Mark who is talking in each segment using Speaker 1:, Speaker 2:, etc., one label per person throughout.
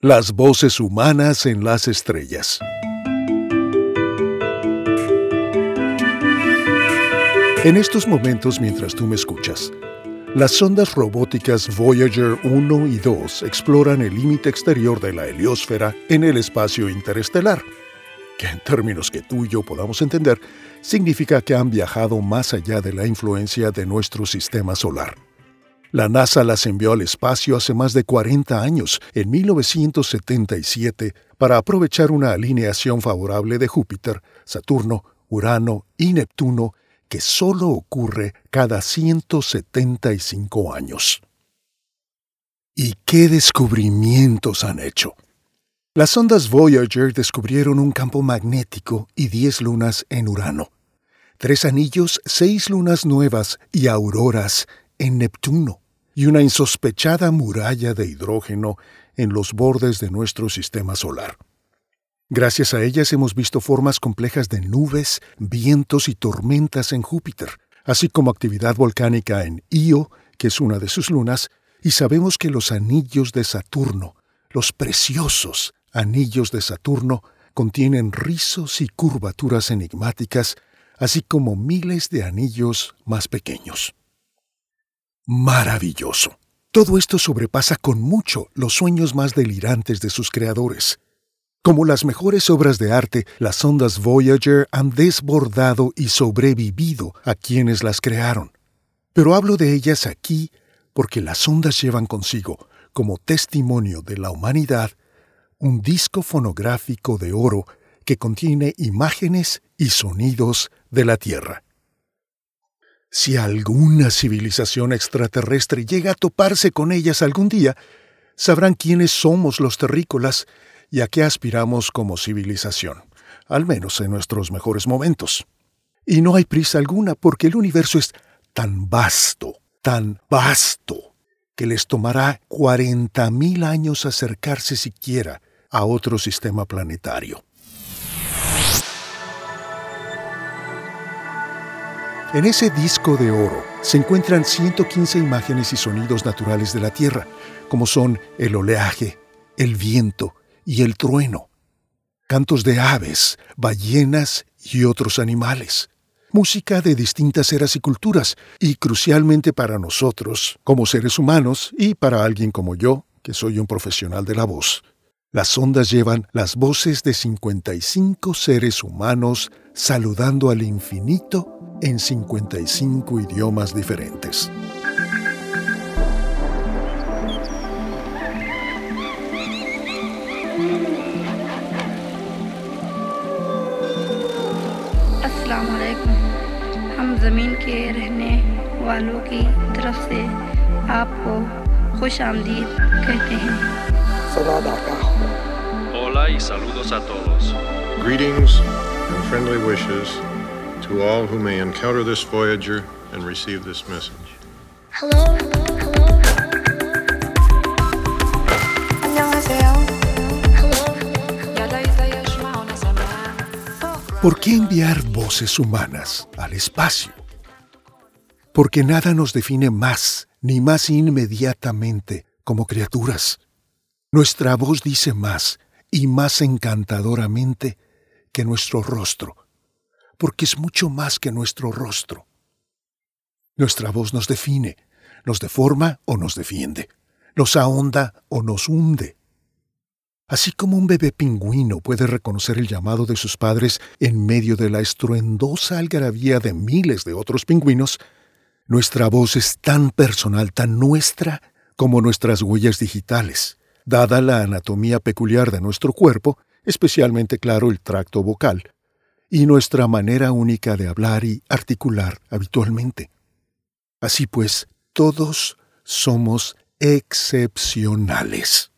Speaker 1: Las voces humanas en las estrellas. En estos momentos, mientras tú me escuchas, las sondas robóticas Voyager 1 y 2 exploran el límite exterior de la heliosfera en el espacio interestelar, que en términos que tú y yo podamos entender, significa que han viajado más allá de la influencia de nuestro sistema solar. La NASA las envió al espacio hace más de 40 años, en 1977, para aprovechar una alineación favorable de Júpiter, Saturno, Urano y Neptuno que solo ocurre cada 175 años. ¿Y qué descubrimientos han hecho? Las sondas Voyager descubrieron un campo magnético y 10 lunas en Urano, tres anillos, seis lunas nuevas y auroras en Neptuno y una insospechada muralla de hidrógeno en los bordes de nuestro sistema solar. Gracias a ellas hemos visto formas complejas de nubes, vientos y tormentas en Júpiter, así como actividad volcánica en Io, que es una de sus lunas, y sabemos que los anillos de Saturno, los preciosos anillos de Saturno, contienen rizos y curvaturas enigmáticas, así como miles de anillos más pequeños maravilloso. Todo esto sobrepasa con mucho los sueños más delirantes de sus creadores. Como las mejores obras de arte, las sondas Voyager han desbordado y sobrevivido a quienes las crearon. Pero hablo de ellas aquí porque las ondas llevan consigo, como testimonio de la humanidad, un disco fonográfico de oro que contiene imágenes y sonidos de la Tierra. Si alguna civilización extraterrestre llega a toparse con ellas algún día, sabrán quiénes somos los terrícolas y a qué aspiramos como civilización, al menos en nuestros mejores momentos. Y no hay prisa alguna porque el universo es tan vasto, tan vasto, que les tomará 40.000 años acercarse siquiera a otro sistema planetario. En ese disco de oro se encuentran 115 imágenes y sonidos naturales de la Tierra, como son el oleaje, el viento y el trueno, cantos de aves, ballenas y otros animales, música de distintas eras y culturas, y crucialmente para nosotros, como seres humanos, y para alguien como yo, que soy un profesional de la voz. Las ondas llevan las voces de 55 seres humanos saludando al infinito en 55 idiomas diferentes.
Speaker 2: अस्सलाम वालेकुम हम ज़मीन के रहने वालों की तरफ से आपको खुश आमदीद कहते हैं
Speaker 3: Hola y saludos a todos.
Speaker 4: Greetings and friendly wishes to all who may encounter this Voyager and receive this message.
Speaker 5: Hello, hello, hello.
Speaker 1: ¿Por qué enviar voces humanas al espacio? Porque nada nos define más ni más inmediatamente como criaturas. Nuestra voz dice más y más encantadoramente que nuestro rostro, porque es mucho más que nuestro rostro. Nuestra voz nos define, nos deforma o nos defiende, nos ahonda o nos hunde. Así como un bebé pingüino puede reconocer el llamado de sus padres en medio de la estruendosa algarabía de miles de otros pingüinos, nuestra voz es tan personal, tan nuestra, como nuestras huellas digitales, dada la anatomía peculiar de nuestro cuerpo, especialmente claro el tracto vocal, y nuestra manera única de hablar y articular habitualmente. Así pues, todos somos excepcionales.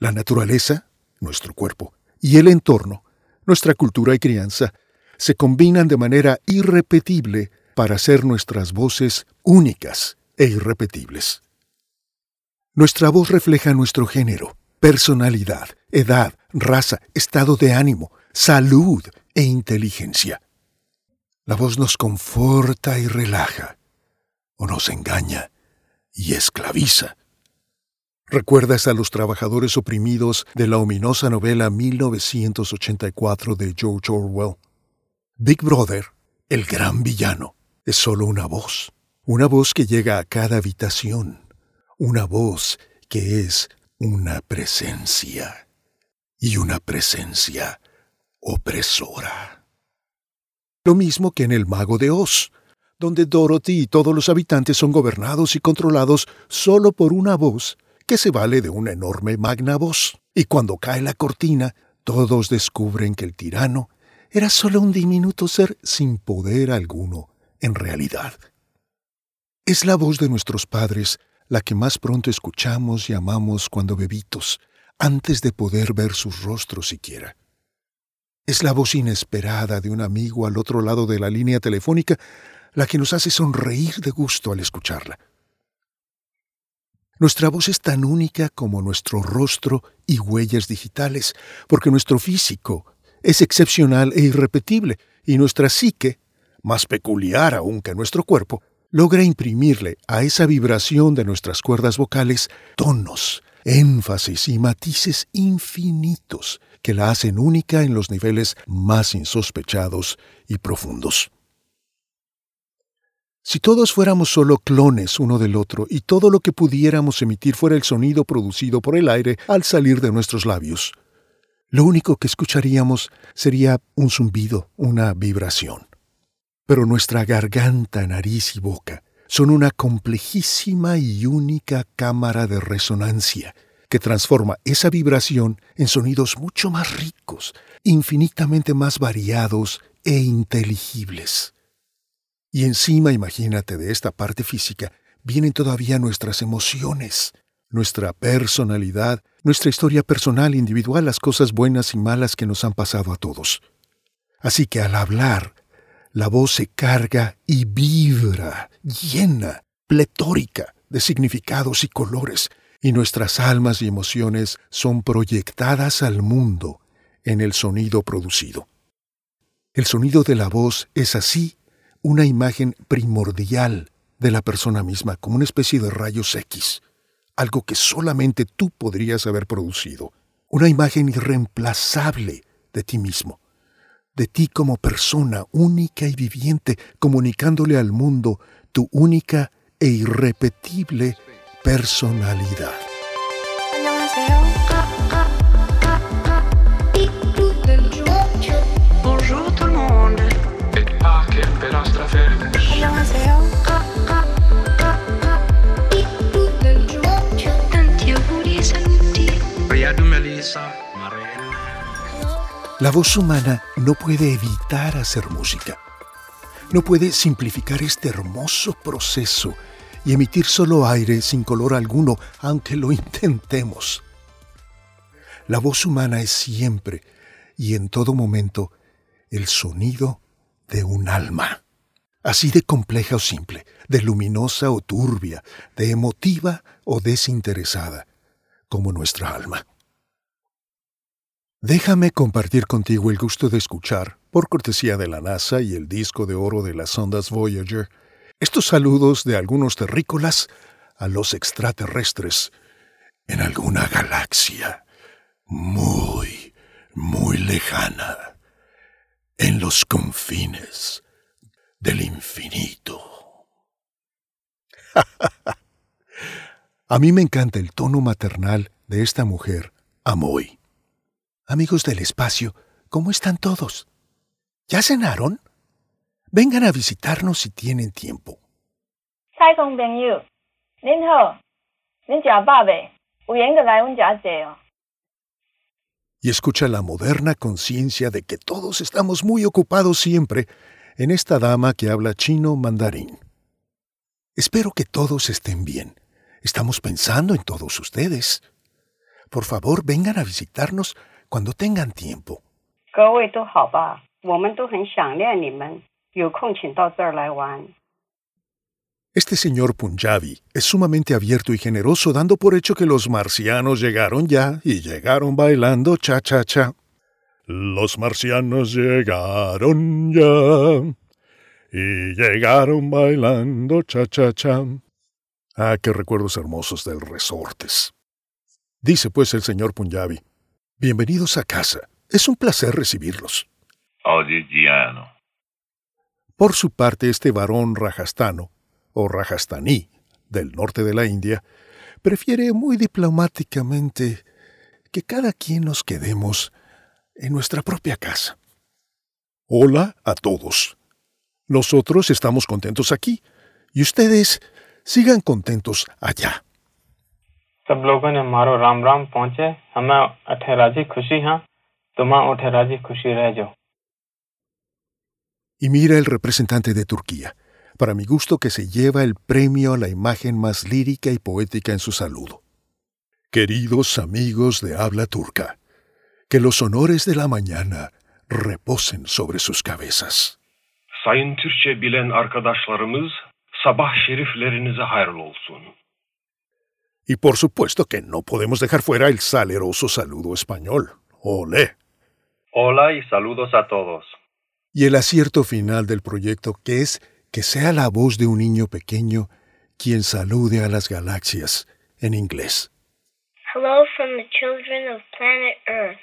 Speaker 1: La naturaleza, nuestro cuerpo, y el entorno, nuestra cultura y crianza, se combinan de manera irrepetible para hacer nuestras voces únicas e irrepetibles. Nuestra voz refleja nuestro género, personalidad, edad, raza, estado de ánimo, salud e inteligencia. La voz nos conforta y relaja, o nos engaña y esclaviza. ¿Recuerdas a los trabajadores oprimidos de la ominosa novela 1984 de George Orwell? Big Brother, el gran villano, es solo una voz, una voz que llega a cada habitación, una voz que es una presencia y una presencia opresora. Lo mismo que en El Mago de Oz, donde Dorothy y todos los habitantes son gobernados y controlados solo por una voz que se vale de una enorme magna voz. Y cuando cae la cortina, todos descubren que el tirano era solo un diminuto ser sin poder alguno en realidad. Es la voz de nuestros padres la que más pronto escuchamos y amamos cuando bebitos, antes de poder ver sus rostros siquiera. Es la voz inesperada de un amigo al otro lado de la línea telefónica la que nos hace sonreír de gusto al escucharla. Nuestra voz es tan única como nuestro rostro y huellas digitales, porque nuestro físico es excepcional e irrepetible, y nuestra psique, más peculiar aún que nuestro cuerpo, logra imprimirle a esa vibración de nuestras cuerdas vocales tonos, énfasis y matices infinitos que la hacen única en los niveles más insospechados y profundos. Si todos fuéramos solo clones uno del otro y todo lo que pudiéramos emitir fuera el sonido producido por el aire al salir de nuestros labios, lo único que escucharíamos sería un zumbido, una vibración. Pero nuestra garganta, nariz y boca son una complejísima y única cámara de resonancia que transforma esa vibración en sonidos mucho más ricos, infinitamente más variados e inteligibles. Y encima, imagínate, de esta parte física vienen todavía nuestras emociones, nuestra personalidad, nuestra historia personal, individual, las cosas buenas y malas que nos han pasado a todos. Así que al hablar, la voz se carga y vibra, llena, pletórica de significados y colores, y nuestras almas y emociones son proyectadas al mundo en el sonido producido. El sonido de la voz es así una imagen primordial de la persona misma, como una especie de rayos X, algo que solamente tú podrías haber producido, una imagen irreemplazable de ti mismo, de ti como persona única y viviente, comunicándole al mundo tu única e irrepetible personalidad.
Speaker 5: Ah,
Speaker 1: La voz humana no puede evitar hacer música. No puede simplificar este hermoso proceso y emitir solo aire sin color alguno, aunque lo intentemos. La voz humana es siempre y en todo momento el sonido de un alma. Así de compleja o simple, de luminosa o turbia, de emotiva o desinteresada, como nuestra alma. Déjame compartir contigo el gusto de escuchar, por cortesía de la NASA y el disco de oro de las sondas Voyager, estos saludos de algunos terrícolas a los extraterrestres en alguna galaxia muy, muy lejana, en los confines del infinito. a mí me encanta el tono maternal de esta mujer, Amoy. Amigos del espacio, ¿cómo están todos? ¿Ya cenaron? Vengan a visitarnos si tienen tiempo.
Speaker 6: 太空朋友，您好，您食饱未？有闲就来阮遮坐哦。
Speaker 1: Y escucha la moderna conciencia de que todos estamos muy ocupados siempre en esta dama que habla chino mandarín. Espero que todos estén bien. Estamos pensando en todos ustedes. Por favor, vengan a visitarnos cuando tengan tiempo.
Speaker 7: 各位都好吧？我们都很想念你们，有空请到这儿来玩。
Speaker 1: Este señor Punjabi es sumamente abierto y generoso, dando por hecho que los marcianos llegaron ya y llegaron bailando cha cha cha. Los marcianos llegaron ya y llegaron bailando cha cha cha. Ah, qué recuerdos hermosos del Resortes. Dice pues el señor Punjabi, bienvenidos a casa. Es un placer recibirlos.
Speaker 8: Audigiano.
Speaker 1: Por su parte, este varón rajastano, o rajastaní, del norte de la India, prefiere muy diplomáticamente que cada quien nos quedemos en nuestra propia casa. Hola a todos. Nosotros estamos contentos aquí y ustedes sigan contentos allá.
Speaker 9: सब लोगों ने मारो राम राम पहुंचे हमें अठे राजी खुशी हाँ तुम्हें उठे राजी खुशी रह जाओ
Speaker 1: Y mira el representante de Turquía, para mi gusto que se lleva el premio a la imagen más lírica y poética en su saludo. Queridos amigos de habla turca, que los honores de la mañana reposen sobre sus cabezas.
Speaker 10: Sayın Türkçe bilen arkadaşlarımız sabah şeriflerinize hayırlı olsun.
Speaker 1: Y por supuesto que no podemos dejar fuera el saleroso saludo español. ¡Olé!
Speaker 3: Hola y saludos a todos.
Speaker 1: Y el acierto final del proyecto que es que sea la voz de un niño pequeño quien salude a las galaxias en inglés.
Speaker 5: Hello from the children of planet Earth.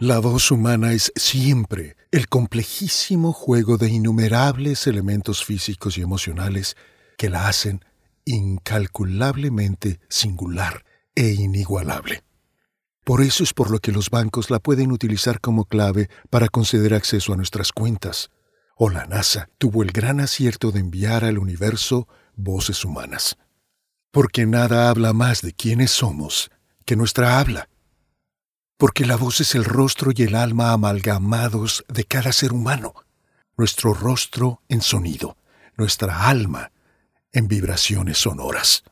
Speaker 1: La voz humana es siempre el complejísimo juego de innumerables elementos físicos y emocionales que la hacen incalculablemente singular e inigualable. Por eso es por lo que los bancos la pueden utilizar como clave para conceder acceso a nuestras cuentas. O la NASA tuvo el gran acierto de enviar al universo voces humanas. Porque nada habla más de quiénes somos que nuestra habla porque la voz es el rostro y el alma amalgamados de cada ser humano, nuestro rostro en sonido, nuestra alma en vibraciones sonoras,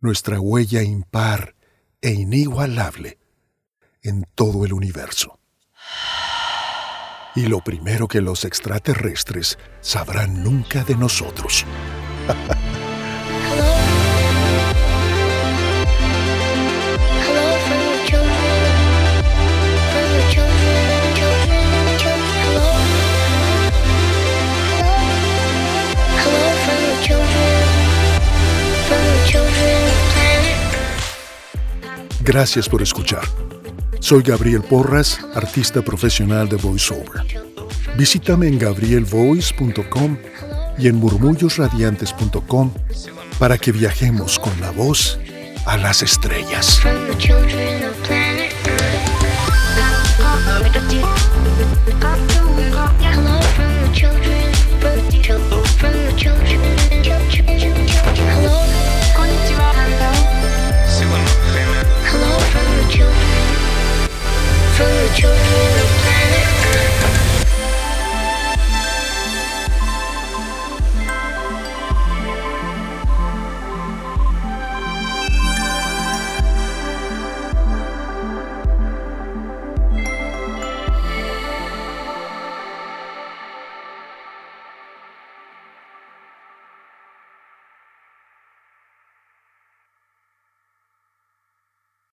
Speaker 1: nuestra huella impar e inigualable en todo el universo. Y lo primero que los extraterrestres sabrán nunca de nosotros.
Speaker 5: Hello from the children. From the children, children, children. Hello. Hello. Hello from the children. From the children of planet.
Speaker 1: Gracias por escuchar. Soy Gabriel Porras, artista profesional de voiceover. Visítame en gabrielvoice.com y en murmullosradiantes.com para que viajemos con la voz a las estrellas.
Speaker 5: From the children of planet Earth. Hello from the children.